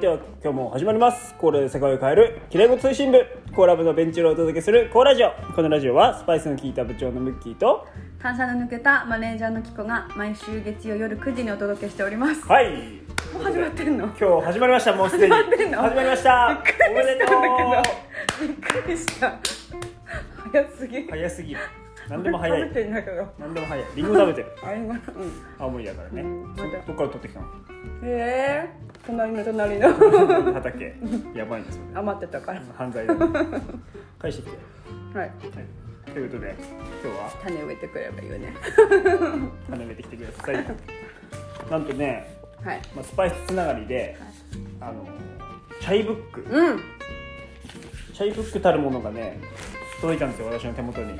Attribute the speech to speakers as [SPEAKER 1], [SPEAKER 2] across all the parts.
[SPEAKER 1] では今日も始まりますコーラで世界を変えるきれいご通信部コーラ部のベンチ裏をお届けするコーラジオこのラジオはスパイスの効いた部長のムッキーと
[SPEAKER 2] 単車の抜けたマネージャーのキコが毎週月曜夜9時にお届けしております
[SPEAKER 1] はい
[SPEAKER 2] もう始まってんのびっ
[SPEAKER 1] 今日始まりましたもうすでに
[SPEAKER 2] 始まってんの
[SPEAKER 1] 始まりました
[SPEAKER 2] くり
[SPEAKER 1] おめで
[SPEAKER 2] した
[SPEAKER 1] と
[SPEAKER 2] んだ
[SPEAKER 1] う
[SPEAKER 2] けどびっくりした早すぎ
[SPEAKER 1] 早すぎる何でも早
[SPEAKER 2] 食べ
[SPEAKER 1] い
[SPEAKER 2] てんだけど
[SPEAKER 1] 何でも早いリンゴ食べてる
[SPEAKER 2] あれがうん
[SPEAKER 1] 青森だからね
[SPEAKER 2] うんまだ
[SPEAKER 1] どっから取ってきた
[SPEAKER 2] へえ隣の隣の
[SPEAKER 1] の畑やばいんですよね
[SPEAKER 2] 余ってたから
[SPEAKER 1] 犯罪だね返してきて
[SPEAKER 2] は
[SPEAKER 1] は
[SPEAKER 2] い
[SPEAKER 1] いということで今日は
[SPEAKER 2] 種植えてくればいいよね
[SPEAKER 1] 離めてきてくださいなんとね、
[SPEAKER 2] はい
[SPEAKER 1] まあ、スパイスつながりで、あのチャイブック
[SPEAKER 2] うん
[SPEAKER 1] チャイブックたるものがね届いたんですよ私の手元に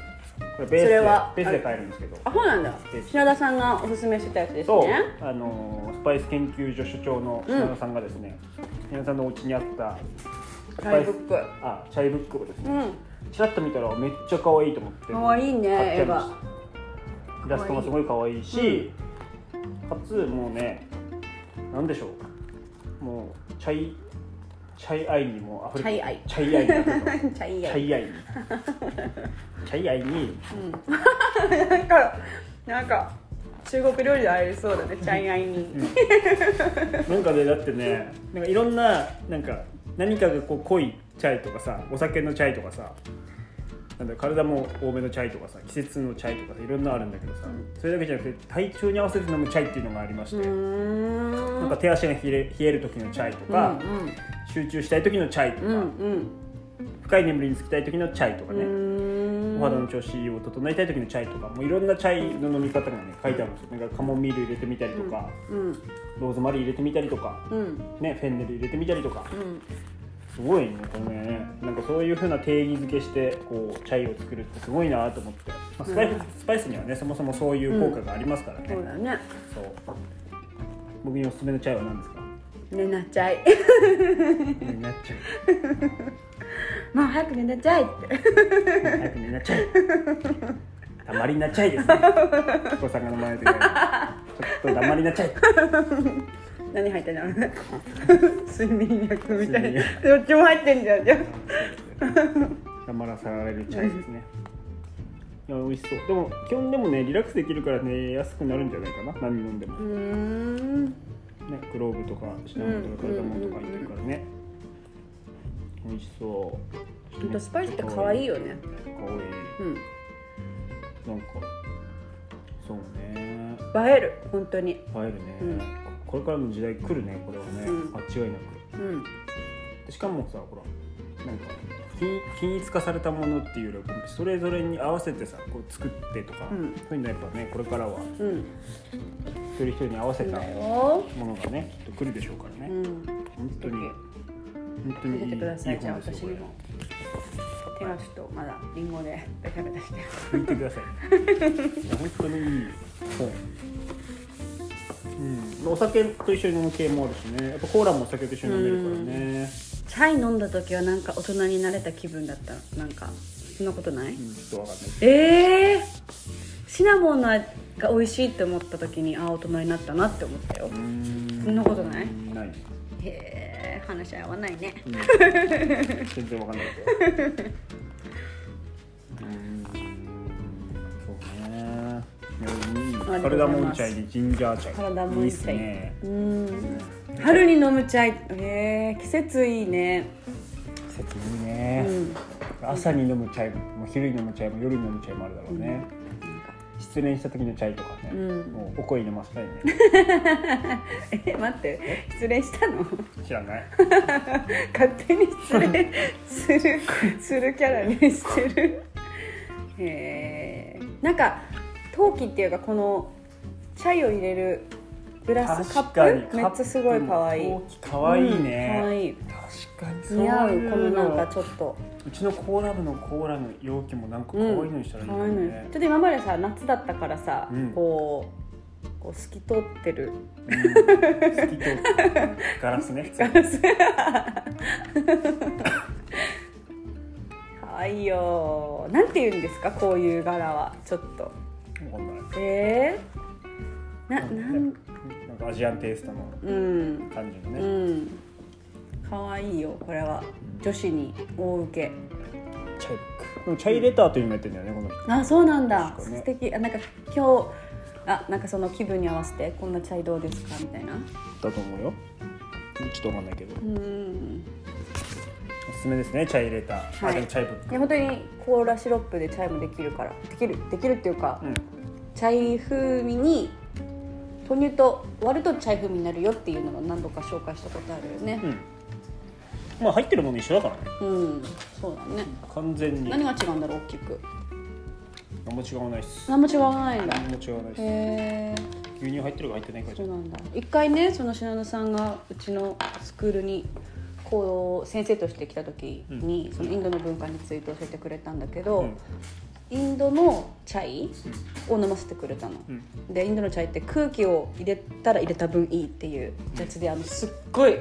[SPEAKER 1] これベース
[SPEAKER 2] そ
[SPEAKER 1] で
[SPEAKER 2] れは
[SPEAKER 1] ベースで買えるんですけど
[SPEAKER 2] あそうなんだ品田さんがおすすめしてたやつです
[SPEAKER 1] そう
[SPEAKER 2] ね
[SPEAKER 1] あのスパイス研究所所長の
[SPEAKER 2] うん
[SPEAKER 1] 品野さんがですね、品野さんのお家にあったス
[SPEAKER 2] チ
[SPEAKER 1] パ
[SPEAKER 2] ャイ
[SPEAKER 1] イス
[SPEAKER 2] ブック
[SPEAKER 1] あチャイブックをですね
[SPEAKER 2] う
[SPEAKER 1] ちらっと見たらめっちゃ可愛いと思って
[SPEAKER 2] んかわいいね
[SPEAKER 1] 買っちゃ
[SPEAKER 2] 絵
[SPEAKER 1] いま
[SPEAKER 2] が
[SPEAKER 1] したイラストもすごい可愛い
[SPEAKER 2] 可愛い
[SPEAKER 1] し、かつもうねなんでしょうもうチャイチャイアイにも溢れて
[SPEAKER 2] チャイアイ
[SPEAKER 1] チャイアイに溢れてる
[SPEAKER 2] チャイ
[SPEAKER 1] チ
[SPEAKER 2] ヤ
[SPEAKER 1] ャイアイにチャイアイに
[SPEAKER 2] なんかなんか中国料理でありそうだねチャイアイに
[SPEAKER 1] なんかねだってねなんかいろんななんか何かがこう濃いチャイとかさお酒のチャイとかさなんだろう体も多めのチャイとかさ季節のチャイとかさいろんなあるんだけどさ、それだけじゃなくて体調に合わせて飲むチャイっていうのがありまして、なんか手足が冷え冷える時のチャイとか、集中したい時のチャイとか、深い眠りにつきたい時のチャイとかね、お肌の調子を整えたい時のチャイとかもういろんなチャイの飲み方がね書いてあるんですよなんかカモミール入れてみたりとか、ローズマリー入れてみたりとか、ね、フェンネル入れてみたりとか、すごいねこのねなんかそういうふうな定義づけしてこうチャイを作るってすごいなと思って、まあスパイススパイスにはねそもそもそういう効果がありますからね、
[SPEAKER 2] そうだね
[SPEAKER 1] そう僕におすすめのチャイは何 ですか
[SPEAKER 2] 寝なちゃい
[SPEAKER 1] になっちゃ
[SPEAKER 2] もう早く寝なちゃいって
[SPEAKER 1] い早くになっちゃいたまりなちゃい ですねお子さんが名前でちょっとだまりなちゃい
[SPEAKER 2] 何入ってんの睡眠薬みたい
[SPEAKER 1] 睡眠
[SPEAKER 2] などっちも入ってんじゃんじゃん
[SPEAKER 1] 黙らされるチャイですねいや美味しそうでも基本でもねリラックスできるからね安くなるんじゃないかな何飲んでも
[SPEAKER 2] うーん
[SPEAKER 1] ねクローブとかシナモンとかカ
[SPEAKER 2] うん
[SPEAKER 1] ルダモンとか入ってるからね美味しそう
[SPEAKER 2] ほんとスパイスって可愛いよね
[SPEAKER 1] 可愛い
[SPEAKER 2] うん
[SPEAKER 1] なんかそうね
[SPEAKER 2] 映える本当に
[SPEAKER 1] 映えるね、
[SPEAKER 2] うん
[SPEAKER 1] これからの時代来るねこれはね、
[SPEAKER 2] うん
[SPEAKER 1] 間違いなく
[SPEAKER 2] うん
[SPEAKER 1] でしかもさほらなんか均均一化されたものっていうよりはそれぞれに合わせてさこう作ってとか、
[SPEAKER 2] うん
[SPEAKER 1] そういうのやっぱねこれからは
[SPEAKER 2] うん
[SPEAKER 1] 一人一人に合わせ
[SPEAKER 2] そう
[SPEAKER 1] た
[SPEAKER 2] だ
[SPEAKER 1] も
[SPEAKER 2] よ
[SPEAKER 1] のがねきっと来るでしょうから
[SPEAKER 2] う
[SPEAKER 1] ね、
[SPEAKER 2] ん
[SPEAKER 1] 本当に本当にいいい
[SPEAKER 2] 見
[SPEAKER 1] い
[SPEAKER 2] てくださいじゃあ
[SPEAKER 1] 本ですよこ
[SPEAKER 2] 私にも手がちょっとまだリンゴでベタベタしてる
[SPEAKER 1] れは見てくだ さいいや本当にいい本うん、お酒と一緒に飲む系もあるしねやっぱコーラもお酒と一緒に飲めるからね、
[SPEAKER 2] チャイ飲んだ時はなんか大人になれた気分だったなんかそんなことな
[SPEAKER 1] う
[SPEAKER 2] い、
[SPEAKER 1] ん、ちょっとわかんない
[SPEAKER 2] ええシナモンの味が美味しいって思った時にああ大人になったなって思ったよそんなことない
[SPEAKER 1] ない、
[SPEAKER 2] へえ話合わないね
[SPEAKER 1] うん全然わかんないけどうーんそうねいや
[SPEAKER 2] あ
[SPEAKER 1] い
[SPEAKER 2] り
[SPEAKER 1] い
[SPEAKER 2] が
[SPEAKER 1] カ
[SPEAKER 2] と
[SPEAKER 1] ル
[SPEAKER 2] うご
[SPEAKER 1] ダ
[SPEAKER 2] ざいます
[SPEAKER 1] モンチャイにジンジャーチャイ
[SPEAKER 2] カルダモンチャイ
[SPEAKER 1] いいっすね
[SPEAKER 2] うん春に飲むチャイへえ季節いいね
[SPEAKER 1] 季節いいね、
[SPEAKER 2] うん
[SPEAKER 1] 朝に飲むチャイも昼に飲むチャイも夜に飲むチャイもあるだろうね、失恋した時のチャイとかね、
[SPEAKER 2] うん
[SPEAKER 1] もうお声に飲ませたいね
[SPEAKER 2] え待って失恋したの
[SPEAKER 1] 知らない
[SPEAKER 2] 勝手に失恋するするキャラにしてるへえんか陶器っていうかこのチャイを入れるグラスカ
[SPEAKER 1] 確かに
[SPEAKER 2] ップめっちゃすごい可愛い
[SPEAKER 1] カップも陶器可愛いね、
[SPEAKER 2] うん可愛い
[SPEAKER 1] 確かにそうい
[SPEAKER 2] 似合うこ
[SPEAKER 1] う
[SPEAKER 2] のなん
[SPEAKER 1] の
[SPEAKER 2] かちょっと
[SPEAKER 1] うちのコーラ部のコーラの容器もなんか可愛いのにしたらいい
[SPEAKER 2] 可
[SPEAKER 1] よ
[SPEAKER 2] 愛いのよ
[SPEAKER 1] ね
[SPEAKER 2] ちょっと今までさ夏だったからさ、
[SPEAKER 1] うん
[SPEAKER 2] こうこう透き通ってる
[SPEAKER 1] うん透き通ってガラスね普通
[SPEAKER 2] ガラス可愛いよなんて言うんですかこういう柄はちょっと
[SPEAKER 1] わかんない
[SPEAKER 2] えー、なな
[SPEAKER 1] なん
[SPEAKER 2] ん
[SPEAKER 1] かなんかアジアンテイストの
[SPEAKER 2] うん
[SPEAKER 1] 感じの
[SPEAKER 2] う
[SPEAKER 1] ね、
[SPEAKER 2] ん可愛いよこれは女子に大受け
[SPEAKER 1] チャイでもチャイレターというのもやってんだよねこの人
[SPEAKER 2] あそうなんだ、
[SPEAKER 1] 確かね
[SPEAKER 2] 素敵あなんか今日あなんかその気分に合わせてこんなチャイどうですかみたいな
[SPEAKER 1] だと思うよちょっとわかんないけど
[SPEAKER 2] うん
[SPEAKER 1] おすすめですねチャイレター、あ
[SPEAKER 2] はい
[SPEAKER 1] でもチャイブッ
[SPEAKER 2] い
[SPEAKER 1] ク
[SPEAKER 2] や本当にコーラシロップでチャイもできるからできるできるっていうか、
[SPEAKER 1] うん
[SPEAKER 2] チャイ風味に豆乳と割るとチャイ風味になるよっていうのも何度か紹介したことあるよね
[SPEAKER 1] うんまあ入ってるもの一緒だからね
[SPEAKER 2] うん、そうだね
[SPEAKER 1] 完全に
[SPEAKER 2] 何が違うんだろう大きく
[SPEAKER 1] 何も違わないっす
[SPEAKER 2] 何も違わないんだ
[SPEAKER 1] 何も違わないっす
[SPEAKER 2] へえ
[SPEAKER 1] 牛乳入ってるか入ってないかじ
[SPEAKER 2] そ
[SPEAKER 1] ゃ
[SPEAKER 2] うんなんだ一回ねその篠野さんがうちのスクールにこう先生として来た時に、そのインドの文化について教えてくれたんだけど、
[SPEAKER 1] うん
[SPEAKER 2] インドのチャイを飲ませてくれたの、
[SPEAKER 1] うん
[SPEAKER 2] でインドのチャイって空気を入れたら入れた分いいっていうやつで、あのすっごい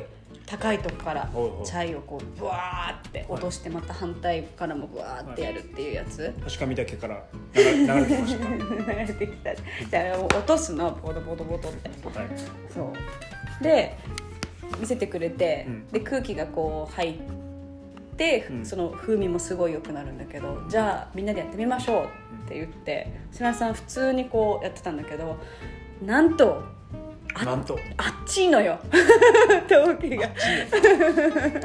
[SPEAKER 2] 高いとこから
[SPEAKER 1] おいおい
[SPEAKER 2] チャイをこうブワーって落としてまた反対からもブワーってやるっていうやつ、
[SPEAKER 1] 確か見た毛から流れ流れてきましたか
[SPEAKER 2] 慣れてきたじゃあ落とすのボトボトボトって
[SPEAKER 1] はい
[SPEAKER 2] そうで見せてくれて、
[SPEAKER 1] うん
[SPEAKER 2] で空気がこう入って、
[SPEAKER 1] うん
[SPEAKER 2] その風味もすごい良くなるんだけどじゃあみんなでやってみましょうって言って白井さん普通にこうやってたんだけどなんとあ
[SPEAKER 1] なんと
[SPEAKER 2] あっちいのよ 陶器が。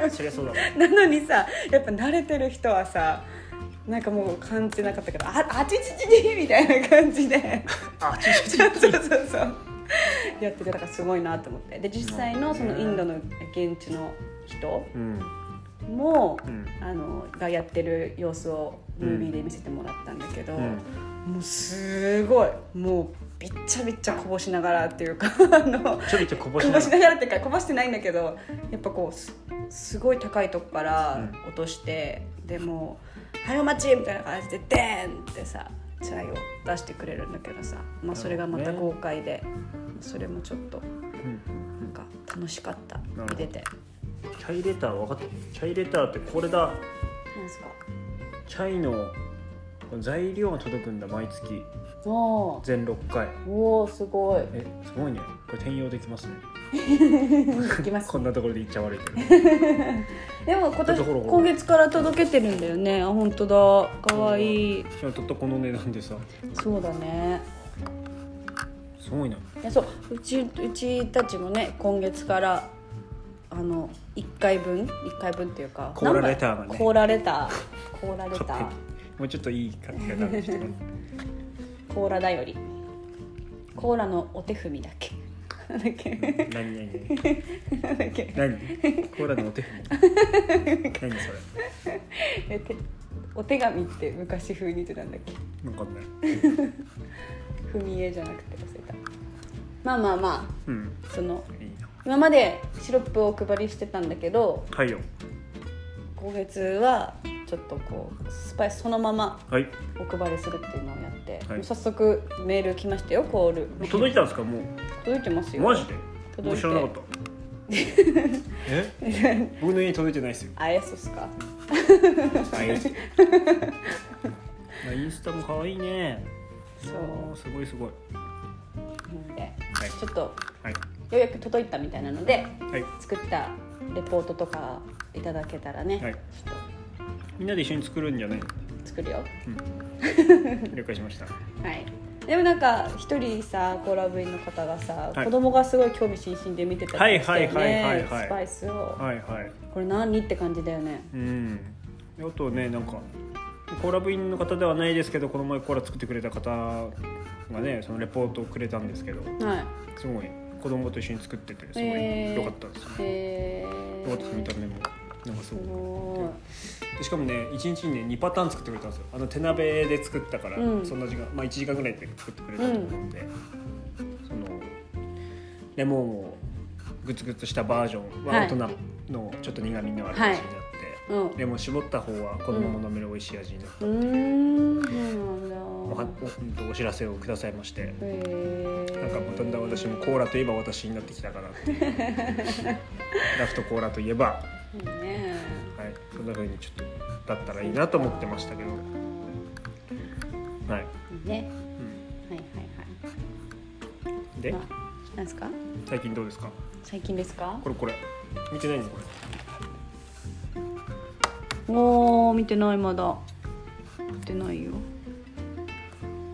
[SPEAKER 1] そりゃそうだわ
[SPEAKER 2] なのにさやっぱ慣れてる人はさなんかもう感じなかったからああちちちちみたいな感じで。
[SPEAKER 1] あちちち
[SPEAKER 2] そうそうそうやっててだからすごいなと思ってで実際のそのインドの現地の人
[SPEAKER 1] うん
[SPEAKER 2] も、
[SPEAKER 1] うん
[SPEAKER 2] あのがやってる様子を
[SPEAKER 1] うん
[SPEAKER 2] ムービーで見せてもらったんだけど、
[SPEAKER 1] うん
[SPEAKER 2] もうすごいもうびっちゃびっちゃこぼしながらっていうかあの
[SPEAKER 1] ちょびちょこぼし
[SPEAKER 2] こ
[SPEAKER 1] なが
[SPEAKER 2] ぼ
[SPEAKER 1] ら
[SPEAKER 2] しながらっていうかこぼしてないんだけどやっぱこうすすごい高いとこから
[SPEAKER 1] う
[SPEAKER 2] 落として、でもう「はいお待ち!」みたいな感じで「でーん!」ってさチャイを出してくれるんだけどさ、まあ、それがまた豪快で、それもちょっと
[SPEAKER 1] うん
[SPEAKER 2] なんか楽しかった
[SPEAKER 1] ほど
[SPEAKER 2] 見てて。
[SPEAKER 1] チャイレター分かったチャイレターってこれだ
[SPEAKER 2] なんですか
[SPEAKER 1] チャイの材料が届くんだ毎月
[SPEAKER 2] おー
[SPEAKER 1] 全6回
[SPEAKER 2] おーすごい
[SPEAKER 1] えすごいねこれ転用できますね
[SPEAKER 2] 行きます
[SPEAKER 1] こんなところで言っちゃ悪いけど
[SPEAKER 2] でも今
[SPEAKER 1] だっ
[SPEAKER 2] 年
[SPEAKER 1] てほらほら
[SPEAKER 2] 今月から届けてるんだよねあ本当だかわい
[SPEAKER 1] し
[SPEAKER 2] い
[SPEAKER 1] かもちょっとこの値段でさ
[SPEAKER 2] そうだね
[SPEAKER 1] すごいない
[SPEAKER 2] やそううちうちたちもね今月からあの1回分1回分っていうか
[SPEAKER 1] コーラレターがね
[SPEAKER 2] 何枚コーラレターコーラレター
[SPEAKER 1] もうちょっといい感じが出してもらって
[SPEAKER 2] コーラだよりコーラのお手踏みだっけなんだっけ
[SPEAKER 1] 何何
[SPEAKER 2] なんだっけ
[SPEAKER 1] 何何コーラのお手 本何それ
[SPEAKER 2] えてお手紙って昔風に言ってたんだっけ
[SPEAKER 1] 分かんない
[SPEAKER 2] 踏み絵じゃなくて忘れたまあまあま
[SPEAKER 1] うん
[SPEAKER 2] あその
[SPEAKER 1] いいな
[SPEAKER 2] 今までシロップをお配りしてたんだけど
[SPEAKER 1] はいよ
[SPEAKER 2] 今月はちょっとこうスパイスそのまま
[SPEAKER 1] はい
[SPEAKER 2] お配りするっていうのをやって、
[SPEAKER 1] はい
[SPEAKER 2] 早速メール来ましたよコール
[SPEAKER 1] もう届いたんですかも
[SPEAKER 2] 届いてます
[SPEAKER 1] う
[SPEAKER 2] よ
[SPEAKER 1] マジで
[SPEAKER 2] 届いて
[SPEAKER 1] 僕知らなかったえ僕の家に届いてないですよ
[SPEAKER 2] あえそうっすか
[SPEAKER 1] はい。まあインスタも可愛いね。
[SPEAKER 2] そう
[SPEAKER 1] おーすごいすごい。
[SPEAKER 2] なんで、
[SPEAKER 1] い
[SPEAKER 2] ちょっとよ
[SPEAKER 1] はい。
[SPEAKER 2] うやく届いたみたいなので
[SPEAKER 1] はい。
[SPEAKER 2] 作ったレポートとかいただけたらね、
[SPEAKER 1] はい
[SPEAKER 2] ちょ
[SPEAKER 1] みんなで一緒に作るんじゃない。
[SPEAKER 2] っと作るよ
[SPEAKER 1] 了解しました。
[SPEAKER 2] はいでもなんか一人さコーラ部員の方がさ、
[SPEAKER 1] はい
[SPEAKER 2] 子供がすごい興味津々で見てたりして
[SPEAKER 1] はいはいはいはい
[SPEAKER 2] ね
[SPEAKER 1] はい
[SPEAKER 2] スパイスを
[SPEAKER 1] はいはい。
[SPEAKER 2] これ何って感じだよね
[SPEAKER 1] うん。あとねなんかコーラ部員の方ではないですけどこの前コーラ作ってくれた方がねそのレポートをくれたんですけど
[SPEAKER 2] はい
[SPEAKER 1] すごい子供と一緒に作っててすご
[SPEAKER 2] へー
[SPEAKER 1] い良かったですよ。
[SPEAKER 2] へえ
[SPEAKER 1] 良かったです見た目も。なんかす
[SPEAKER 2] す
[SPEAKER 1] ごい
[SPEAKER 2] ご
[SPEAKER 1] でしかもね1日にね2パターン作ってくれたんですよあの手鍋で作ったから、
[SPEAKER 2] うん
[SPEAKER 1] そんな時間まあ1時間ぐらいで作ってくれたと思うんで、そのレモンをグツグツしたバージョン
[SPEAKER 2] は
[SPEAKER 1] はい大人のちょっと苦みのある味になって、
[SPEAKER 2] いうん
[SPEAKER 1] レモン絞った方は子供も飲める美味しい味になっ
[SPEAKER 2] う
[SPEAKER 1] た、
[SPEAKER 2] ーん
[SPEAKER 1] お
[SPEAKER 2] そう
[SPEAKER 1] は
[SPEAKER 2] なんだ
[SPEAKER 1] おうんとお知らせをくださいまして。
[SPEAKER 2] へえ
[SPEAKER 1] なんかだんだん私もコーラといえば私になってきたから ラフトコーラといえば、はい
[SPEAKER 2] いね
[SPEAKER 1] い、そんな風にちょっとだったらいいなと思ってましたけど、はい、
[SPEAKER 2] いいねはいはい
[SPEAKER 1] で、
[SPEAKER 2] はいまあなんですか
[SPEAKER 1] 最近どうですか
[SPEAKER 2] 最近ですか
[SPEAKER 1] これこれ見てないのこ
[SPEAKER 2] おー見てないまだ見てないよ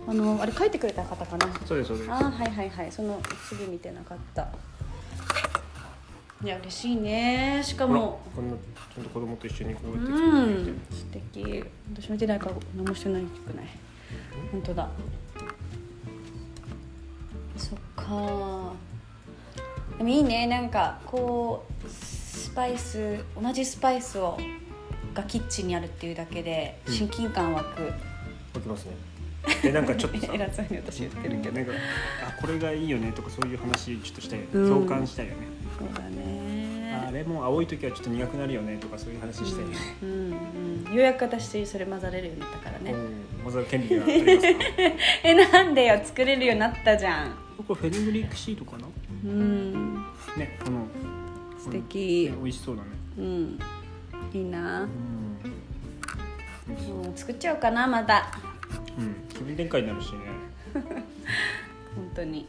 [SPEAKER 2] あのあれ書いてくれた方かな
[SPEAKER 1] そうですそうです
[SPEAKER 2] あーはいはいはいその次見てなかったいや嬉しいねしか
[SPEAKER 1] ほら
[SPEAKER 2] も
[SPEAKER 1] こんなちゃんと子供と一緒にこう
[SPEAKER 2] う
[SPEAKER 1] やって作って
[SPEAKER 2] ん素敵私見てないから何もしてないくない本当だそっかでもいいねなんかこうスパイス同じスパイスをがキッチンにあるっていうだけで
[SPEAKER 1] うん
[SPEAKER 2] 親近感湧く、
[SPEAKER 1] 置きますねえなんかちょっとさ
[SPEAKER 2] 偉そうに私言ってるけど、
[SPEAKER 1] なんかあこれがいいよねとかそういう話ちょっとしたいよね、
[SPEAKER 2] うん
[SPEAKER 1] 共感したいよね
[SPEAKER 2] そうだ
[SPEAKER 1] あ
[SPEAKER 2] ね
[SPEAKER 1] レモン青い時はちょっと苦くなるよねとかそういう話したいよね、
[SPEAKER 2] うんうん、ようやく私それ混ざれるようになったからね、
[SPEAKER 1] うん、まずは権利があり ますか
[SPEAKER 2] えなんでよ作れるようになったじゃん
[SPEAKER 1] これフェルムリックシートかな
[SPEAKER 2] うん
[SPEAKER 1] ねこの
[SPEAKER 2] 素敵、
[SPEAKER 1] ね美味しそうだね
[SPEAKER 2] うん、いいな
[SPEAKER 1] う。ん
[SPEAKER 2] もう作っちゃおうかな、また。
[SPEAKER 1] うん気分転換になるしね
[SPEAKER 2] 本当に。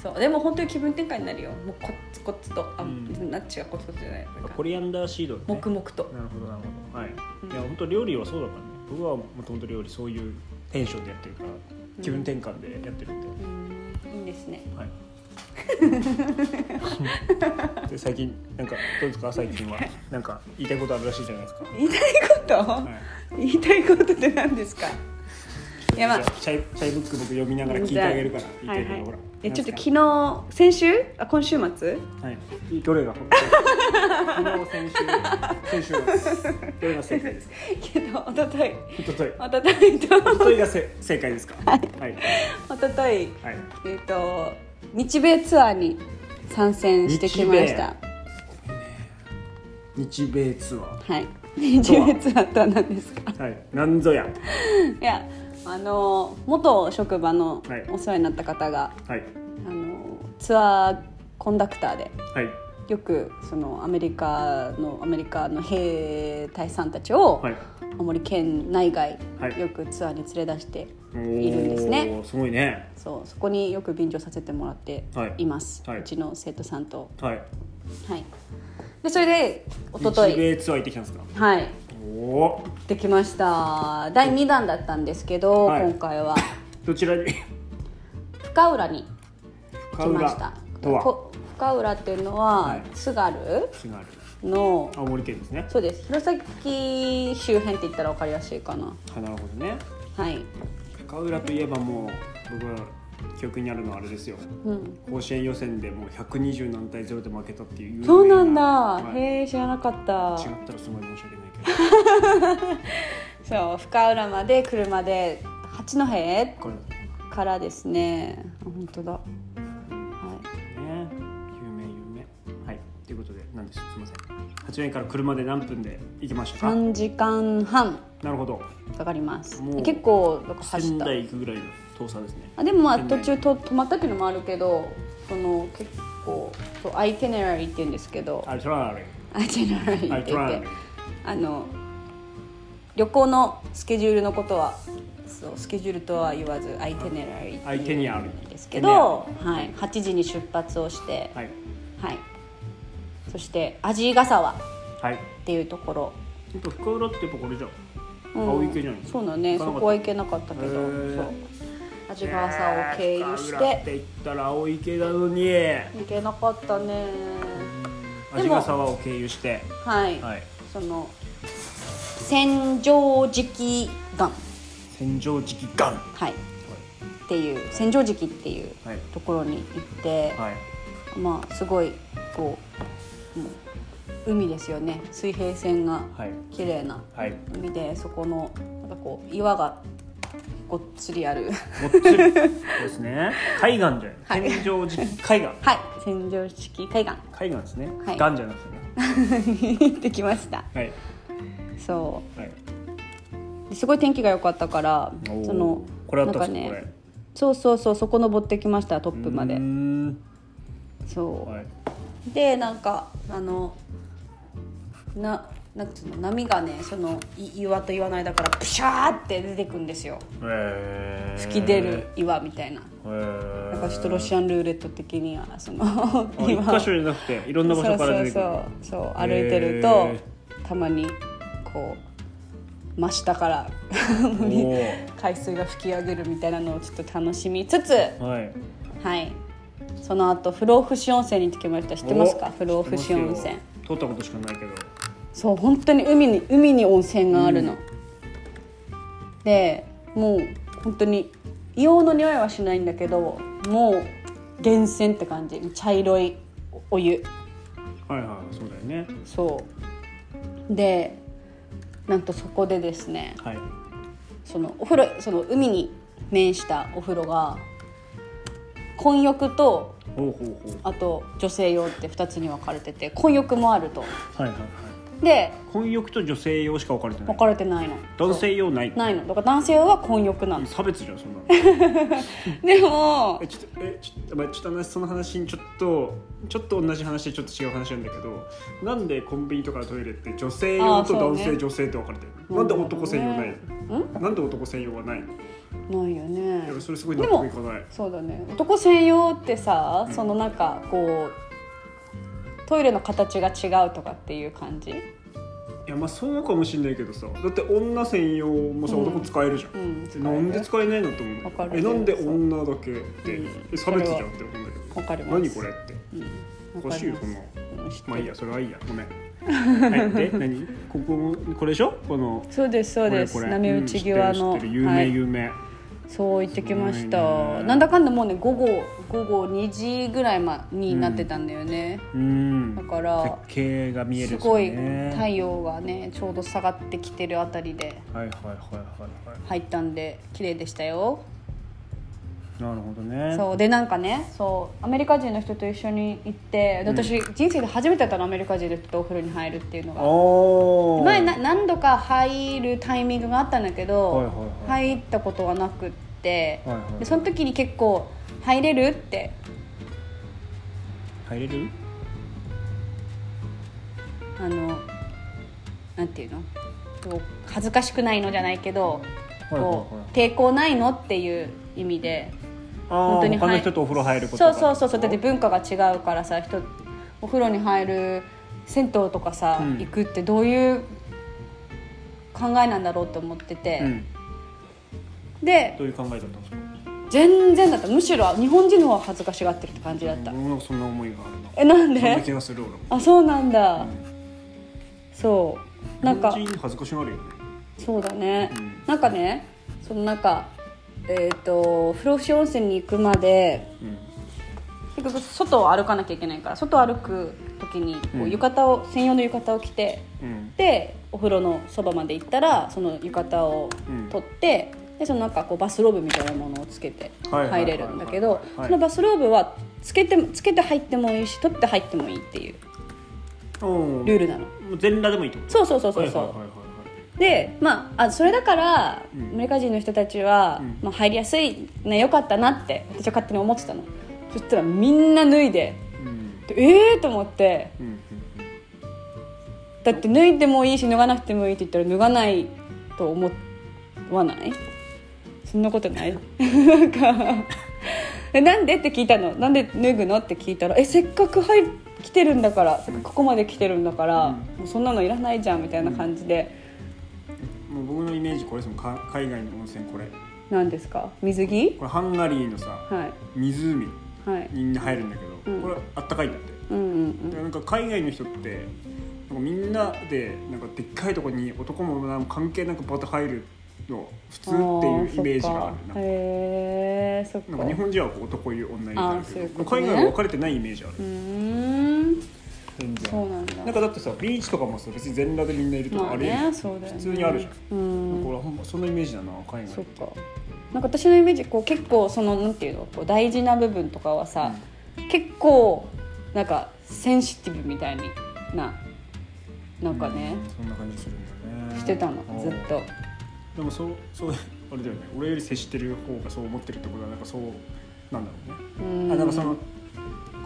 [SPEAKER 2] そう、でも本当に気分転換になるよ。もうコツコツと、あ、
[SPEAKER 1] うん
[SPEAKER 2] なっちゃうコツコツじゃない。なんか
[SPEAKER 1] コリアンダーシード、ね、
[SPEAKER 2] 黙々と。
[SPEAKER 1] なるほどなるほどはい、
[SPEAKER 2] うん
[SPEAKER 1] いや本当料理はそうだからね僕はもともと料理そういうテンションでやってるから気分転換でやってるんで、
[SPEAKER 2] うん、いいですね。
[SPEAKER 1] はい で最近なんかどうですか最近はなんか言いたいことあるらしいじゃないですか、
[SPEAKER 2] 言いたいこと、
[SPEAKER 1] はい、
[SPEAKER 2] 言いたいことって何ですか。いやまあ
[SPEAKER 1] じゃあチャイチャイブック僕読みながら聞いてあげるから言いたいこと、
[SPEAKER 2] はい
[SPEAKER 1] ほら
[SPEAKER 2] はいえ、ちょっと
[SPEAKER 1] なん
[SPEAKER 2] 昨日、先週、あ、今週末。
[SPEAKER 1] すかはいどれが本当昨日先 週先週どれが正解ですか
[SPEAKER 2] けど、おととい。
[SPEAKER 1] 一昨日
[SPEAKER 2] おとといと。
[SPEAKER 1] 一昨日がせ正解ですかはいはい、
[SPEAKER 2] おととい。えっ、と、日米ツアーに参戦してきました。
[SPEAKER 1] 日米ツア
[SPEAKER 2] はい。日米ツアーとは何ですか。
[SPEAKER 1] ーはいなんぞや
[SPEAKER 2] いやあの元職場の
[SPEAKER 1] はい
[SPEAKER 2] お世話になった方が、
[SPEAKER 1] はい
[SPEAKER 2] あのツアーコンダクターで
[SPEAKER 1] はい
[SPEAKER 2] よくそのアメリカのアメリカの兵隊さんたちを、
[SPEAKER 1] はい
[SPEAKER 2] 青森県内外、
[SPEAKER 1] はい
[SPEAKER 2] よくツアーに連れ出して
[SPEAKER 1] お
[SPEAKER 2] いるんですね
[SPEAKER 1] ーすごいね
[SPEAKER 2] そうそこによく便乗させてもらっています、
[SPEAKER 1] はいはいう
[SPEAKER 2] ちの生徒さんと。
[SPEAKER 1] はい
[SPEAKER 2] はい、でそれで一昨
[SPEAKER 1] 日
[SPEAKER 2] 日
[SPEAKER 1] 米ツアー行ってきたんですか
[SPEAKER 2] はい
[SPEAKER 1] おおー
[SPEAKER 2] 行ってきました第2弾だったんですけど、
[SPEAKER 1] はい
[SPEAKER 2] 今回は
[SPEAKER 1] どちら に
[SPEAKER 2] 深浦に
[SPEAKER 1] 深
[SPEAKER 2] 来ました
[SPEAKER 1] 浦。とは
[SPEAKER 2] こ深浦っていうのは、
[SPEAKER 1] はい
[SPEAKER 2] 津軽
[SPEAKER 1] 津軽
[SPEAKER 2] の
[SPEAKER 1] 青森県ですね
[SPEAKER 2] そうです弘前周辺って言ったら分かりやすいかな
[SPEAKER 1] あなるほどね
[SPEAKER 2] はい、
[SPEAKER 1] 深浦といえばもう僕は記憶にあるのはあれですよ
[SPEAKER 2] うん、
[SPEAKER 1] 甲子園予選でもう120何対0で負けたっていう
[SPEAKER 2] そうなんだ、
[SPEAKER 1] はい
[SPEAKER 2] へえ知らなかった
[SPEAKER 1] 違ったらすごい申し訳ないけ
[SPEAKER 2] そう深浦まで車で八戸
[SPEAKER 1] どこれ
[SPEAKER 2] からですねあ本当だ、は
[SPEAKER 1] ね有名有名はいということで何でしょうすみません八円から車で何分で行きまし
[SPEAKER 2] い、
[SPEAKER 1] たか
[SPEAKER 2] 3時間半
[SPEAKER 1] なるほど
[SPEAKER 2] かかります
[SPEAKER 1] もう
[SPEAKER 2] 結構なんか走
[SPEAKER 1] 仙
[SPEAKER 2] った
[SPEAKER 1] 台行くぐらいの遠さですね
[SPEAKER 2] あでもまあ
[SPEAKER 1] 県
[SPEAKER 2] 途
[SPEAKER 1] 内
[SPEAKER 2] 中と止まったっていうのもあるけどその結構そうアイテネラリーって言うんですけど
[SPEAKER 1] アルトラーレ
[SPEAKER 2] アイテネラリ
[SPEAKER 1] ア
[SPEAKER 2] ーっ
[SPEAKER 1] ル
[SPEAKER 2] て
[SPEAKER 1] ト
[SPEAKER 2] 言
[SPEAKER 1] ラ
[SPEAKER 2] っ
[SPEAKER 1] ー
[SPEAKER 2] て
[SPEAKER 1] レ
[SPEAKER 2] あの旅行のスケジュールのことはそうスケジュールとは言わずアイテネラリー
[SPEAKER 1] アイテニアル
[SPEAKER 2] ですけど、はい、8時に出発をして、
[SPEAKER 1] はい
[SPEAKER 2] はい、そして鯵ヶ沢っ
[SPEAKER 1] はい
[SPEAKER 2] ていうところ、
[SPEAKER 1] ほんと深浦ってやっぱこれじゃん
[SPEAKER 2] うん
[SPEAKER 1] 青池じゃない
[SPEAKER 2] そうだね
[SPEAKER 1] 行かな
[SPEAKER 2] そ
[SPEAKER 1] かった
[SPEAKER 2] こは行けなかったけど
[SPEAKER 1] へー
[SPEAKER 2] そう鯵ヶ沢を経由し
[SPEAKER 1] 深浦って
[SPEAKER 2] て
[SPEAKER 1] 言ったら青池なのに
[SPEAKER 2] 行けなかったねでも
[SPEAKER 1] 味ヶ沢を経由して
[SPEAKER 2] はい、
[SPEAKER 1] はい
[SPEAKER 2] その千畳敷岩
[SPEAKER 1] 戦場時期ガンは
[SPEAKER 2] はいっていう千畳敷っていう
[SPEAKER 1] はい
[SPEAKER 2] ところに行って、
[SPEAKER 1] いはい
[SPEAKER 2] まあすごいこうもう海ですよね水平線が
[SPEAKER 1] はい
[SPEAKER 2] 綺麗な
[SPEAKER 1] はい
[SPEAKER 2] 海でそこのなんかこう岩がごっつりある
[SPEAKER 1] ごっつりそうですね海岸じゃない
[SPEAKER 2] はい
[SPEAKER 1] 戦場時期海岸
[SPEAKER 2] はい千畳敷海岸
[SPEAKER 1] 海岸ですね
[SPEAKER 2] はい
[SPEAKER 1] ガンじゃなくてね
[SPEAKER 2] に行ってきました
[SPEAKER 1] はい
[SPEAKER 2] そ
[SPEAKER 1] はい、
[SPEAKER 2] うですごい天気が良かったから
[SPEAKER 1] おー
[SPEAKER 2] その
[SPEAKER 1] これあったん
[SPEAKER 2] な
[SPEAKER 1] で
[SPEAKER 2] ん
[SPEAKER 1] す
[SPEAKER 2] か
[SPEAKER 1] か
[SPEAKER 2] ね
[SPEAKER 1] これ
[SPEAKER 2] そうそうそうそこ登ってきましたトップま
[SPEAKER 1] うー
[SPEAKER 2] で
[SPEAKER 1] ん
[SPEAKER 2] そう、
[SPEAKER 1] はい
[SPEAKER 2] でなんかあのななんかその波がねそのい岩と岩の間からプシャーって出てくんですよ
[SPEAKER 1] へー
[SPEAKER 2] 吹き出る岩みたいな
[SPEAKER 1] へ
[SPEAKER 2] な
[SPEAKER 1] ー
[SPEAKER 2] んかちょっとロシアンルーレット的にはその
[SPEAKER 1] あ一箇所じゃなくていろんな場所から出てくる
[SPEAKER 2] そうそうそうそう歩いてるとたまにこう真下から
[SPEAKER 1] おー
[SPEAKER 2] 海水が吹き上げるみたいなのをちょっと楽しみつつ
[SPEAKER 1] はい
[SPEAKER 2] はいその後不老不死温泉に行ってきました知ってますか
[SPEAKER 1] お
[SPEAKER 2] 不老不死
[SPEAKER 1] 知って
[SPEAKER 2] 温泉
[SPEAKER 1] ますよ通ったことしかないけど
[SPEAKER 2] そう本当に海に海に温泉があるの、でもう本当に硫黄の匂いはしないんだけどもう源泉って感じ茶色いお湯
[SPEAKER 1] はいはいそうだよね
[SPEAKER 2] そうでなんとそこでですね
[SPEAKER 1] はい
[SPEAKER 2] そのお風呂その海に面したお風呂が混浴と
[SPEAKER 1] ほうほうほ
[SPEAKER 2] あと女性用って2つに分かれてて混浴もあると
[SPEAKER 1] うはいはいはい
[SPEAKER 2] で
[SPEAKER 1] 混浴と女性用しか分かれてな
[SPEAKER 2] 分
[SPEAKER 1] い
[SPEAKER 2] かれてないの
[SPEAKER 1] 男性用ない
[SPEAKER 2] ないのだから男性用は混浴なの
[SPEAKER 1] 差別じゃんそんなの
[SPEAKER 2] でも
[SPEAKER 1] えちょっとえちょっとまあちょっと話その話にちょっとちょっと同じ話でちょっと違う話なんだけどなんでコンビニとかトイレって女性用
[SPEAKER 2] あー
[SPEAKER 1] と
[SPEAKER 2] そう
[SPEAKER 1] 男
[SPEAKER 2] ね
[SPEAKER 1] 性、女性って分かれてるのなんで男専用ない
[SPEAKER 2] ん
[SPEAKER 1] のなんで男専用はないの
[SPEAKER 2] ないよね
[SPEAKER 1] いやそれすごい納得いかない
[SPEAKER 2] そうだね男専用ってさそのなんかこうトイレの形が違うとかっていう感じ
[SPEAKER 1] いやまあそうかもしんないけどさだって女専用もさ
[SPEAKER 2] うん
[SPEAKER 1] 男使えるじゃん、
[SPEAKER 2] うん
[SPEAKER 1] でなんで使えないのと思う
[SPEAKER 2] わかる
[SPEAKER 1] えなんで女だけって、
[SPEAKER 2] うん
[SPEAKER 1] え差別じゃんって思うんだけど
[SPEAKER 2] わかります
[SPEAKER 1] 何これって
[SPEAKER 2] うん
[SPEAKER 1] お
[SPEAKER 2] わ
[SPEAKER 1] か
[SPEAKER 2] か
[SPEAKER 1] しい
[SPEAKER 2] り
[SPEAKER 1] よ
[SPEAKER 2] ます
[SPEAKER 1] そんな
[SPEAKER 2] うん知ってる
[SPEAKER 1] まあいいやそれはいいやごめんはいで何ここもこれでしょこの
[SPEAKER 2] そうですそうです
[SPEAKER 1] これこれ
[SPEAKER 2] 波打ち際の、
[SPEAKER 1] うん知ってる知ってる有名、
[SPEAKER 2] はい
[SPEAKER 1] 有名
[SPEAKER 2] そう行ってきました、
[SPEAKER 1] すごいね
[SPEAKER 2] なんだかんだもうね午後午後2時ぐらいまになってたんだよね、
[SPEAKER 1] うん
[SPEAKER 2] だから
[SPEAKER 1] 絶景が見える
[SPEAKER 2] す
[SPEAKER 1] んです
[SPEAKER 2] ご
[SPEAKER 1] よ
[SPEAKER 2] い
[SPEAKER 1] ね
[SPEAKER 2] 太陽がねちょうど下がってきてるあたりで
[SPEAKER 1] はいはいはいはいは
[SPEAKER 2] 入ったんで綺麗でしたよ
[SPEAKER 1] いなるほどね
[SPEAKER 2] そうでなんかねそうアメリカ人の人と一緒に行ってで私、人生で初めてだったのアメリカ人の人とお風呂に入るっていうのが
[SPEAKER 1] おー
[SPEAKER 2] 前な何度か入るタイミングがあったんだけど、
[SPEAKER 1] はいはいは
[SPEAKER 2] 入ったことがなくって、
[SPEAKER 1] はいはい
[SPEAKER 2] でその時に結構「入れる?」って
[SPEAKER 1] 入れる
[SPEAKER 2] あのなんていうのこう恥ずかしくないのじゃないけど、
[SPEAKER 1] はいはいはい
[SPEAKER 2] こう抵抗ないのっていう意味で
[SPEAKER 1] 本
[SPEAKER 2] に
[SPEAKER 1] 他の
[SPEAKER 2] 入
[SPEAKER 1] 人とお風呂入ること
[SPEAKER 2] そ
[SPEAKER 1] が
[SPEAKER 2] うそうそうそうだって文化が違うからさ人お風呂に入る銭湯とかさ、
[SPEAKER 1] うん
[SPEAKER 2] 行くってどういう考えなんだろうと思ってて、
[SPEAKER 1] うん
[SPEAKER 2] で
[SPEAKER 1] どういう考えだったんですか
[SPEAKER 2] 全然だったむしろ日本人の方が恥ずかしがってるって感じだった、
[SPEAKER 1] 俺もそんな思いがあるな
[SPEAKER 2] えなん
[SPEAKER 1] そんな
[SPEAKER 2] で
[SPEAKER 1] 気がする俺も
[SPEAKER 2] あそうなんだ、そうなんか
[SPEAKER 1] 日本人恥ずかしがるよね
[SPEAKER 2] そうだね、
[SPEAKER 1] うん
[SPEAKER 2] なんかねそのなんかえっ、と不老不死温泉に行くまで
[SPEAKER 1] うん
[SPEAKER 2] 結局外を歩かなきゃいけないから外を歩く時にこ
[SPEAKER 1] う
[SPEAKER 2] うん浴衣を、専用の浴衣を着て
[SPEAKER 1] うん
[SPEAKER 2] でお風呂のそばまで行ったらその浴衣を取って、でそのなんかこうバスローブみたいなものをつけて
[SPEAKER 1] はいはいはい
[SPEAKER 2] 入れるんだけど
[SPEAKER 1] はい
[SPEAKER 2] そのバスローブはつけてもつけて入ってもいいし取って入ってもいいっていう
[SPEAKER 1] うん
[SPEAKER 2] ルールなの。
[SPEAKER 1] もう全裸でもいいってこと
[SPEAKER 2] そうそうそうそうそう、
[SPEAKER 1] はいはいはいはい
[SPEAKER 2] でまああそれだから、
[SPEAKER 1] うん
[SPEAKER 2] アメリカ人の人たちは、
[SPEAKER 1] うん
[SPEAKER 2] まあ、入りやすいねよかったなって私は勝手に思ってたのそしたらみんな脱いで
[SPEAKER 1] うん
[SPEAKER 2] でええー、と思って
[SPEAKER 1] うんうん
[SPEAKER 2] だって脱いでもいいし脱がなくてもいいって言ったら脱がないと思わないそんなことないなんか えなんでって聞いたのなんで脱ぐのって聞いたらえせっかく入っ来てるんだからせっかくここまで来てるんだから、
[SPEAKER 1] うん
[SPEAKER 2] もうそんなのいらないじゃんみたいな感じで、
[SPEAKER 1] うんもう僕のイメージこれですもんか海外の温泉これ
[SPEAKER 2] なんですか水着
[SPEAKER 1] これハンガリーのさ
[SPEAKER 2] はい
[SPEAKER 1] 湖
[SPEAKER 2] はい。
[SPEAKER 1] に入るんだけど、
[SPEAKER 2] うん
[SPEAKER 1] これあったかいんだって
[SPEAKER 2] うんうん
[SPEAKER 1] でなんか海外の人ってなんかみんなでなんかでっかいとこに男も女も関係なくバタ入るの普通
[SPEAKER 2] うん。
[SPEAKER 1] っていうイメージがある
[SPEAKER 2] そ
[SPEAKER 1] なん
[SPEAKER 2] っか
[SPEAKER 1] か
[SPEAKER 2] へえ、そっか。
[SPEAKER 1] なんか日本人はこう男湯女湯がある
[SPEAKER 2] あーそう
[SPEAKER 1] け
[SPEAKER 2] いう
[SPEAKER 1] ど
[SPEAKER 2] ことね
[SPEAKER 1] 海外は分かれてないイメージある
[SPEAKER 2] うーん。
[SPEAKER 1] 全
[SPEAKER 2] そう
[SPEAKER 1] 然
[SPEAKER 2] なんだ。
[SPEAKER 1] なんかだってさビーチとかもさ別に全裸でみんないるとか
[SPEAKER 2] ま
[SPEAKER 1] あ
[SPEAKER 2] あ
[SPEAKER 1] るやん、
[SPEAKER 2] ね、そうだよね。
[SPEAKER 1] 普通にあるじゃ
[SPEAKER 2] ん。うん。
[SPEAKER 1] これほんまそんなイメージだな海
[SPEAKER 2] そ
[SPEAKER 1] 外
[SPEAKER 2] っか。なんか私のイメージ、こう結構そのなんていうの、こう大事な部分とかはさ、結構なんかセンシティブみたいにな、なんかね、
[SPEAKER 1] うんそんな感じするんだね
[SPEAKER 2] してたの
[SPEAKER 1] あー
[SPEAKER 2] ずっと。
[SPEAKER 1] でもそうそうあれだよね俺より接してる方がそう思ってるってことはなんかそうなんだろうね
[SPEAKER 2] うん
[SPEAKER 1] あなんかその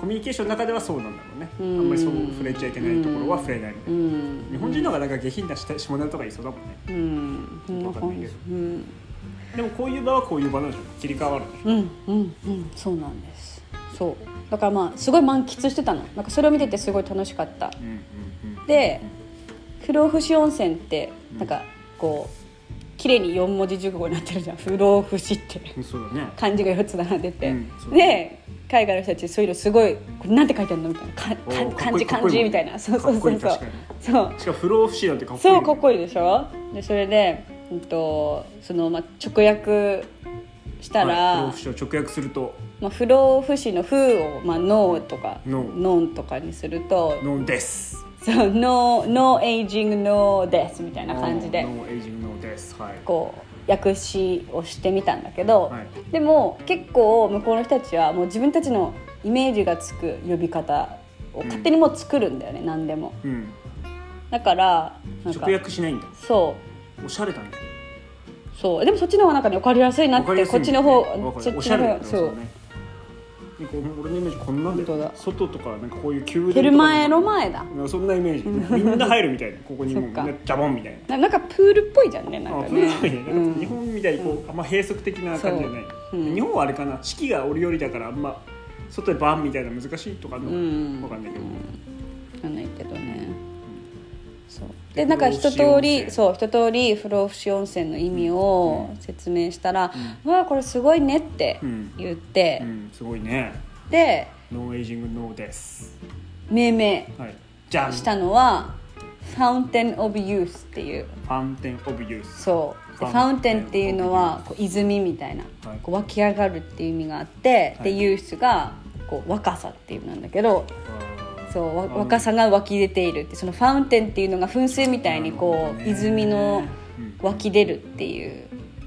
[SPEAKER 1] コミュニケーションの中ではそうなんだろうねあ
[SPEAKER 2] うん
[SPEAKER 1] んまりそう触れちゃいけないところは触れないみた
[SPEAKER 2] う。
[SPEAKER 1] いなん日本人の方がなんか下品な下下ネタとかいそうだもんね
[SPEAKER 2] うん。そんな感じ。うん。
[SPEAKER 1] でもこういう場はこういう場なんでしょ切り替わるんでし
[SPEAKER 2] うんうんうんそうなんですそうだからまあすごい満喫してたのなんかそれを見ててすごい楽しかった
[SPEAKER 1] ょうんうんうん
[SPEAKER 2] で不老不死温泉ってなんかこう綺麗に四文字熟語になってるじゃん不老不死って
[SPEAKER 1] そうだね
[SPEAKER 2] 漢字が4つ並んでて、
[SPEAKER 1] うんそう
[SPEAKER 2] で海外の人たちそういうのすごいこれなんて書いてあるのみたいなか
[SPEAKER 1] お
[SPEAKER 2] か
[SPEAKER 1] ーかっ
[SPEAKER 2] 漢
[SPEAKER 1] こい
[SPEAKER 2] 字
[SPEAKER 1] い
[SPEAKER 2] 漢字みたい
[SPEAKER 1] か
[SPEAKER 2] な
[SPEAKER 1] っ
[SPEAKER 2] そうそう
[SPEAKER 1] こ
[SPEAKER 2] そ
[SPEAKER 1] いうい
[SPEAKER 2] そう
[SPEAKER 1] 確かに
[SPEAKER 2] そう
[SPEAKER 1] しかも不老不死なんてかっこいいよ
[SPEAKER 2] そ
[SPEAKER 1] ね
[SPEAKER 2] うかっこいいでしょでそれで、うんとそのまあ、直訳したら、
[SPEAKER 1] はい不老不死を直訳すると
[SPEAKER 2] まあ、不老不死の「不」を「まあ、ノー」とか「
[SPEAKER 1] ノー
[SPEAKER 2] ノン」とかにすると
[SPEAKER 1] ノンです
[SPEAKER 2] 「そうノーノーエイジングノーです」みたいな感じで
[SPEAKER 1] ノーエイジングノーですはい
[SPEAKER 2] こう訳詞をしてみたんだけど、
[SPEAKER 1] はい
[SPEAKER 2] でも結構向こうの人たちはもう自分たちのイメージがつく呼び方を勝手にもう作るんだよね、何でも。
[SPEAKER 1] うん
[SPEAKER 2] だからなんか
[SPEAKER 1] 直訳しないんだ
[SPEAKER 2] そう
[SPEAKER 1] おしゃれだね
[SPEAKER 2] そうでもそっちの方がなんかね分かりやすいなっ
[SPEAKER 1] わかり
[SPEAKER 2] て
[SPEAKER 1] やす
[SPEAKER 2] こ
[SPEAKER 1] い
[SPEAKER 2] っ
[SPEAKER 1] ね
[SPEAKER 2] ちの方
[SPEAKER 1] わか
[SPEAKER 2] そ
[SPEAKER 1] る
[SPEAKER 2] っ
[SPEAKER 1] お
[SPEAKER 2] ち
[SPEAKER 1] しゃ
[SPEAKER 2] の
[SPEAKER 1] れだ
[SPEAKER 2] 方
[SPEAKER 1] ね
[SPEAKER 2] そう
[SPEAKER 1] ねなんか俺のイメージこんなんで
[SPEAKER 2] 本当だ
[SPEAKER 1] 外とかなんかこういう宮殿とか
[SPEAKER 2] テルマエロ前だ
[SPEAKER 1] なんかそんなイメージみんな入るみたいなここにもうみ
[SPEAKER 2] そっ
[SPEAKER 1] ん
[SPEAKER 2] か
[SPEAKER 1] なジャボンみたいな
[SPEAKER 2] ななんかプールっぽいじゃんねなん
[SPEAKER 1] あ
[SPEAKER 2] か
[SPEAKER 1] プー
[SPEAKER 2] ね
[SPEAKER 1] ルっぽいね
[SPEAKER 2] う
[SPEAKER 1] なんか日
[SPEAKER 2] ん
[SPEAKER 1] 本みたいにこうあんま閉塞的な感じじゃない
[SPEAKER 2] そううん
[SPEAKER 1] 日本はあれかな四季が折々だからあんま外でバンみたいな難しいとかあるのか
[SPEAKER 2] うん
[SPEAKER 1] わかんないけど
[SPEAKER 2] わかんないけどねそうでなんか一通り
[SPEAKER 1] 不
[SPEAKER 2] そう一通り不老不死温泉の意味を説明したら「うわあこれすごいね」って
[SPEAKER 1] うん
[SPEAKER 2] 言って
[SPEAKER 1] うんすごいね
[SPEAKER 2] で
[SPEAKER 1] ノーエイジングノーです
[SPEAKER 2] 命名
[SPEAKER 1] はいじゃん
[SPEAKER 2] したのは「ファウンテン・オブ・ユース」っていう
[SPEAKER 1] ファウンテン・オブ・ユース
[SPEAKER 2] そうでフ
[SPEAKER 1] フ
[SPEAKER 2] ァ
[SPEAKER 1] ァ
[SPEAKER 2] ウ
[SPEAKER 1] ウ
[SPEAKER 2] ン
[SPEAKER 1] ン
[SPEAKER 2] テ
[SPEAKER 1] テン
[SPEAKER 2] ンっていうのはこう泉みたいな、
[SPEAKER 1] はい
[SPEAKER 2] こう湧き上がるっていう意味があって、
[SPEAKER 1] はい
[SPEAKER 2] でユースがこう若さっていう意味なんだけどそうわ
[SPEAKER 1] あの
[SPEAKER 2] 若さが湧き出ているってそのファウンテンっていうのが噴水みたいにこう、
[SPEAKER 1] なるほどね
[SPEAKER 2] 泉の
[SPEAKER 1] うん
[SPEAKER 2] 湧き出るっていう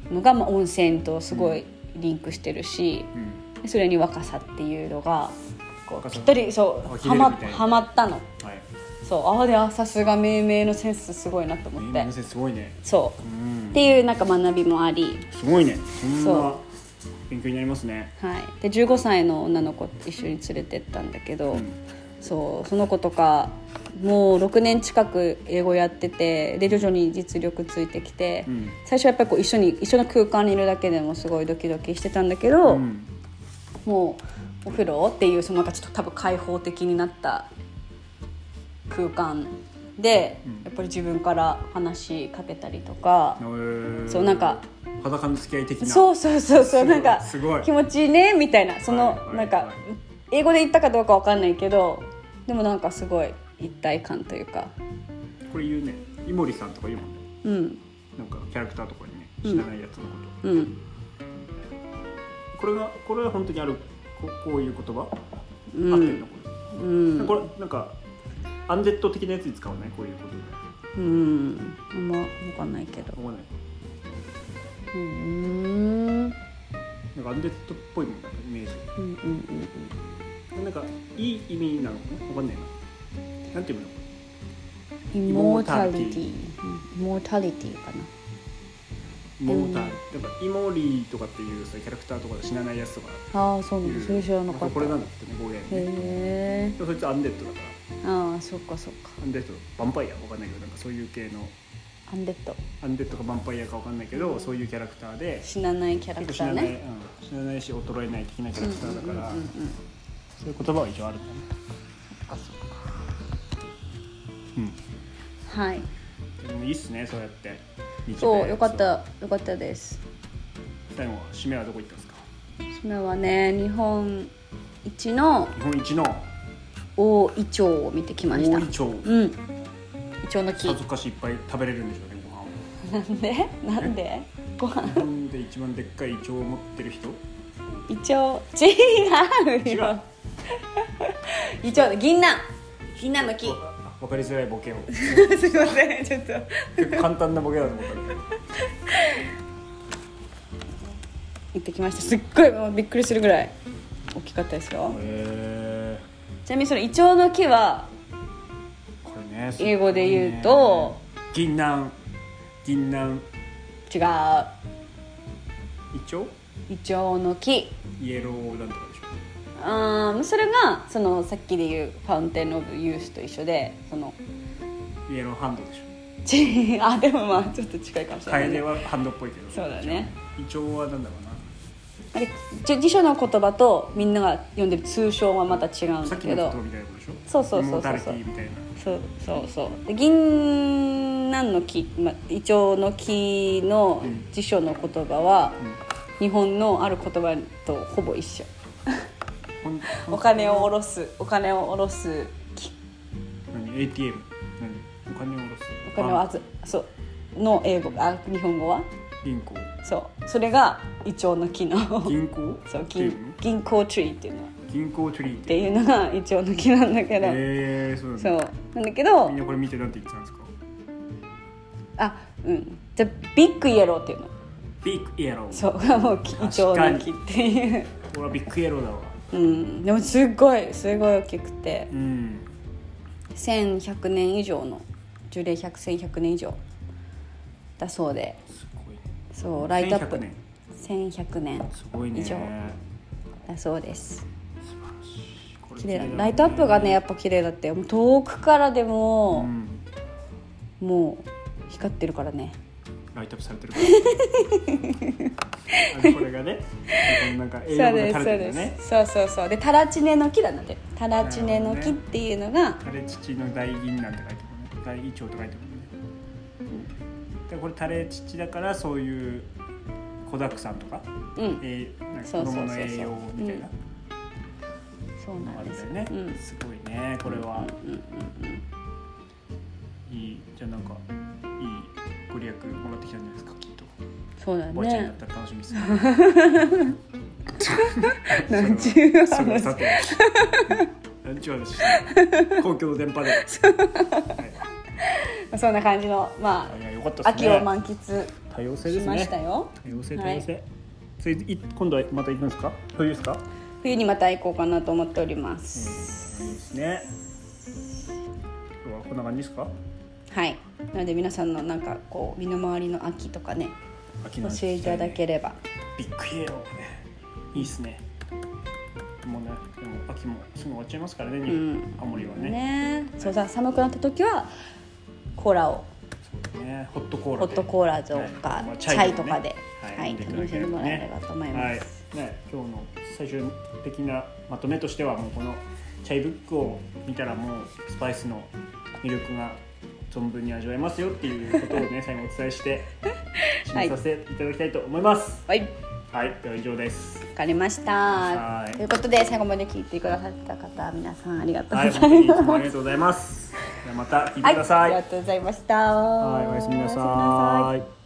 [SPEAKER 2] のが、まあ、温泉とすごいリンクしてるし、
[SPEAKER 1] うん
[SPEAKER 2] でそれに若さっていうのがこう
[SPEAKER 1] 若
[SPEAKER 2] ぴ
[SPEAKER 1] さ
[SPEAKER 2] ったりそ
[SPEAKER 1] 湧き
[SPEAKER 2] う
[SPEAKER 1] 出
[SPEAKER 2] は
[SPEAKER 1] る
[SPEAKER 2] ま
[SPEAKER 1] みたいな
[SPEAKER 2] はまったの
[SPEAKER 1] はい
[SPEAKER 2] そうああであさすが命名のセンスすごいなと思っ
[SPEAKER 1] え
[SPEAKER 2] て
[SPEAKER 1] ー、すごいね
[SPEAKER 2] そう
[SPEAKER 1] う
[SPEAKER 2] っ
[SPEAKER 1] ん
[SPEAKER 2] ていうなんか学びもあり、
[SPEAKER 1] すごいねそんな
[SPEAKER 2] そ
[SPEAKER 1] 勉強になりますね
[SPEAKER 2] はい、で15歳の女の子と一緒に連れてったんだけど、
[SPEAKER 1] ん
[SPEAKER 2] そうその子とかもう6年近く英語やっててで徐々に実力ついてきて、
[SPEAKER 1] うん
[SPEAKER 2] 最初はやっぱりこう一緒に一緒の空間にいるだけでもすごいドキドキしてたんだけど、
[SPEAKER 1] うん
[SPEAKER 2] もうお風呂っていうそのなんかちょっと多分開放的になった空間で、
[SPEAKER 1] うん
[SPEAKER 2] やっぱり自分から話しかけたりとか
[SPEAKER 1] え、ー
[SPEAKER 2] そうなんか
[SPEAKER 1] 裸の付き合い的な
[SPEAKER 2] そうそうそうそう
[SPEAKER 1] すごい
[SPEAKER 2] なんか
[SPEAKER 1] すごい
[SPEAKER 2] 気持ちいいねみたいなその、
[SPEAKER 1] はいはい
[SPEAKER 2] なんか、
[SPEAKER 1] はい
[SPEAKER 2] 英語で言ったかどうかわかんないけどでもなんかすごい一体感というか
[SPEAKER 1] これ言うね井森さんとか言うもんね
[SPEAKER 2] うん
[SPEAKER 1] なんかキャラクターとかにね
[SPEAKER 2] うん
[SPEAKER 1] 知らないやつのこと、
[SPEAKER 2] うん
[SPEAKER 1] これがこれは本当にあるここういう言葉、
[SPEAKER 2] うん
[SPEAKER 1] 合ってるのこ
[SPEAKER 2] う
[SPEAKER 1] れ、
[SPEAKER 2] ん
[SPEAKER 1] これなんかアンデッド的なやつに使わないこういうことで
[SPEAKER 2] うんあんまわかんないけど
[SPEAKER 1] 思わない
[SPEAKER 2] うんうん
[SPEAKER 1] なんかアンデッドっぽいもんなんかイメージ
[SPEAKER 2] うんうん
[SPEAKER 1] なんかいい意味なのかなわかんないななんていうの
[SPEAKER 2] イモータリティイモータリティかな
[SPEAKER 1] モーター、なんかイモリとかっていうさキャラクターとかで死なないやつとか
[SPEAKER 2] ああそうなん
[SPEAKER 1] い
[SPEAKER 2] だ
[SPEAKER 1] う
[SPEAKER 2] それ知らなかった
[SPEAKER 1] これなんだ
[SPEAKER 2] へ
[SPEAKER 1] ってねゴーヤーにね
[SPEAKER 2] え
[SPEAKER 1] でもそいつアンデッドだから
[SPEAKER 2] ああそっかそっか
[SPEAKER 1] アンデッドヴァンパイアわかんないけどなんかそういう系の
[SPEAKER 2] アンデッド
[SPEAKER 1] アンデッドかヴァンパイアかわかんないけどそういうキャラクターで
[SPEAKER 2] 死なないキャ
[SPEAKER 1] 結
[SPEAKER 2] ラ
[SPEAKER 1] 構
[SPEAKER 2] ク
[SPEAKER 1] 死
[SPEAKER 2] ター
[SPEAKER 1] なない、
[SPEAKER 2] ね
[SPEAKER 1] うん、死なないし衰えない的なキャラクターだから、
[SPEAKER 2] うんうんうんうん
[SPEAKER 1] そういう言葉は一応あるんだねうん
[SPEAKER 2] はい
[SPEAKER 1] でもいいっすねそうやって
[SPEAKER 2] そうよかっ
[SPEAKER 1] そう
[SPEAKER 2] たよかったです
[SPEAKER 1] 最後は締めはどこ行ったんですか
[SPEAKER 2] それはね日本一の
[SPEAKER 1] 日本一の
[SPEAKER 2] 大イチョウを見てきました
[SPEAKER 1] 大イチョウ
[SPEAKER 2] うんイチョウの木
[SPEAKER 1] さぞかしいっぱい食べれるんでしょうねご飯を
[SPEAKER 2] なんでなんでご飯
[SPEAKER 1] 日本で一番でっかいイチョウを持ってる人
[SPEAKER 2] イチョウ違う
[SPEAKER 1] 違う
[SPEAKER 2] よイチョウの銀杏銀杏の木
[SPEAKER 1] あわかりづらいボケを
[SPEAKER 2] すいませんちょっと
[SPEAKER 1] 結構簡単なボケだと思ったけど
[SPEAKER 2] 行ってきましたすっごいもうびっくりするぐらい大きかったですよ
[SPEAKER 1] へえ
[SPEAKER 2] ちなみにそのイチョウの木は
[SPEAKER 1] これね
[SPEAKER 2] 英語で言うと
[SPEAKER 1] 銀杏銀杏
[SPEAKER 2] 違
[SPEAKER 1] イチョウ
[SPEAKER 2] うイチョウの木
[SPEAKER 1] イエローなんとかでしょ
[SPEAKER 2] あーそれがそのさっきで言うファウンテン・オブ・ユースと一緒でその
[SPEAKER 1] イエローハンドでしょ
[SPEAKER 2] ち あでもまあちょっと近いかもしれな
[SPEAKER 1] 楓
[SPEAKER 2] い、ね、
[SPEAKER 1] はハンドっぽいけど
[SPEAKER 2] そうだね
[SPEAKER 1] イチョウはなんだろうな
[SPEAKER 2] あれじ辞書の言葉とみんなが読んでる通称はまた違うん
[SPEAKER 1] さ
[SPEAKER 2] だ
[SPEAKER 1] っきの
[SPEAKER 2] けど
[SPEAKER 1] ことみたいなことでしょ
[SPEAKER 2] そうそうそ
[SPEAKER 1] イモー
[SPEAKER 2] うそう
[SPEAKER 1] タリティみたいな
[SPEAKER 2] そうそうそうで銀杏の木、まあ、イチョウの木の
[SPEAKER 1] うん
[SPEAKER 2] 辞書の言葉は、日本のある言葉とほぼ一緒
[SPEAKER 1] ほん
[SPEAKER 2] お金を下ろすお金を下ろす木
[SPEAKER 1] 何 ATM 何お金を下ろす
[SPEAKER 2] お金をあ
[SPEAKER 1] あ
[SPEAKER 2] ずそうの英語あ日本語は
[SPEAKER 1] 銀行
[SPEAKER 2] そうそれがイチョウの木の
[SPEAKER 1] 銀行
[SPEAKER 2] そう
[SPEAKER 1] ゲー
[SPEAKER 2] 銀
[SPEAKER 1] ム
[SPEAKER 2] 銀行トゥリーっていうのっ
[SPEAKER 1] 銀行トゥリーって
[SPEAKER 2] ていうのがイチョウの木なんだけど、
[SPEAKER 1] えー、そうなんだ
[SPEAKER 2] そうなんだけど
[SPEAKER 1] みんなこれ見てなんて言ってたんですか
[SPEAKER 2] あうんじゃビッグイエローっていうの
[SPEAKER 1] ビッグイエロー
[SPEAKER 2] そうがもうきイチョウの木っていう。
[SPEAKER 1] 俺はビッグイエローだわ
[SPEAKER 2] うん、でもすっごいすごい大きくて
[SPEAKER 1] うん
[SPEAKER 2] 1100年以上の樹齢100100年以上だそうです
[SPEAKER 1] ごいね
[SPEAKER 2] そうライトアップ
[SPEAKER 1] 1100年
[SPEAKER 2] 1100年
[SPEAKER 1] すごいね
[SPEAKER 2] 以上
[SPEAKER 1] 素晴
[SPEAKER 2] だそうです
[SPEAKER 1] らしいこれ
[SPEAKER 2] 綺麗だライトアップがねやっぱ綺麗だってもう遠くからで
[SPEAKER 1] う
[SPEAKER 2] も、
[SPEAKER 1] ん
[SPEAKER 2] もう光ってるからね
[SPEAKER 1] ライトアップされてるか らあのこれがね なんかなんか栄養分が垂れてるね
[SPEAKER 2] そうですそうですそうそうそうでタラチネの木だなんてタラチネの木っていうのが、
[SPEAKER 1] タレ父の大銀なんて書いてあるね大銀蝶と書いてあるねでこれタレ父だからそういう子だくさんとか,、
[SPEAKER 2] うん
[SPEAKER 1] えー、なんか
[SPEAKER 2] そう
[SPEAKER 1] 子
[SPEAKER 2] そうそうそ
[SPEAKER 1] 供
[SPEAKER 2] う
[SPEAKER 1] の栄養みたいな
[SPEAKER 2] そう
[SPEAKER 1] のが
[SPEAKER 2] な
[SPEAKER 1] ある
[SPEAKER 2] んで
[SPEAKER 1] んだ
[SPEAKER 2] す
[SPEAKER 1] よね、
[SPEAKER 2] うん
[SPEAKER 1] すごいねこれは、
[SPEAKER 2] うんうんうん
[SPEAKER 1] いいじゃあなんかいいご利益もらってきたんじゃないですかきっと
[SPEAKER 2] そうだ
[SPEAKER 1] おばあちゃんにな
[SPEAKER 2] ね
[SPEAKER 1] ったら楽しみですね
[SPEAKER 2] なんちゅう話
[SPEAKER 1] それはさて何ちゅう話してんの公共の電波で、はい
[SPEAKER 2] そんな感じのま
[SPEAKER 1] いや、よかった
[SPEAKER 2] あ
[SPEAKER 1] です
[SPEAKER 2] 秋
[SPEAKER 1] ね
[SPEAKER 2] を満喫
[SPEAKER 1] 多様性で
[SPEAKER 2] し
[SPEAKER 1] す
[SPEAKER 2] ました
[SPEAKER 1] ね
[SPEAKER 2] よ、
[SPEAKER 1] 多様性
[SPEAKER 2] は
[SPEAKER 1] 多
[SPEAKER 2] い
[SPEAKER 1] 様性、それい今度はまた行くんですか冬ですか
[SPEAKER 2] 冬にまた行こうかなと思っておりま
[SPEAKER 1] うん
[SPEAKER 2] す、
[SPEAKER 1] いいですね今日はこんな感じですか
[SPEAKER 2] はいなので皆さんのなんかこう身の回りの秋とかね
[SPEAKER 1] 秋
[SPEAKER 2] 教
[SPEAKER 1] の話
[SPEAKER 2] えていただければ
[SPEAKER 1] ビッグイエローねいいですねもうねでも秋もすぐ終わっちゃいますからね、
[SPEAKER 2] ん
[SPEAKER 1] 青森はね
[SPEAKER 2] ねそうさ寒くなった時はコーラを
[SPEAKER 1] そうねホットコーラ
[SPEAKER 2] ホットコーラとか、
[SPEAKER 1] はいまあ
[SPEAKER 2] チャイとかで、
[SPEAKER 1] ね
[SPEAKER 2] はい
[SPEAKER 1] 飲でいただ
[SPEAKER 2] 楽し
[SPEAKER 1] け
[SPEAKER 2] んで
[SPEAKER 1] ば
[SPEAKER 2] もらえれ
[SPEAKER 1] ね
[SPEAKER 2] ばと思います、
[SPEAKER 1] はいね、今日の最終的なまとめとしてはもうこのチャイブックを見たらもうスパイスの魅力が存分に味わえますよっていうことをね最後お伝え して締めさせていただきたいと思います。
[SPEAKER 2] はいわ
[SPEAKER 1] はい、では以上です。
[SPEAKER 2] かりました、
[SPEAKER 1] はい
[SPEAKER 2] ということで最後まで聞いてくださった方皆さんありがとう
[SPEAKER 1] はい、本
[SPEAKER 2] ご
[SPEAKER 1] 当
[SPEAKER 2] ざ
[SPEAKER 1] に
[SPEAKER 2] い
[SPEAKER 1] いつ
[SPEAKER 2] ます
[SPEAKER 1] もありがとうございます。ではまた聞いて
[SPEAKER 2] はい、
[SPEAKER 1] ください。
[SPEAKER 2] ありがとうございました。
[SPEAKER 1] はい、おやすみな
[SPEAKER 2] おやすみなさい
[SPEAKER 1] さい。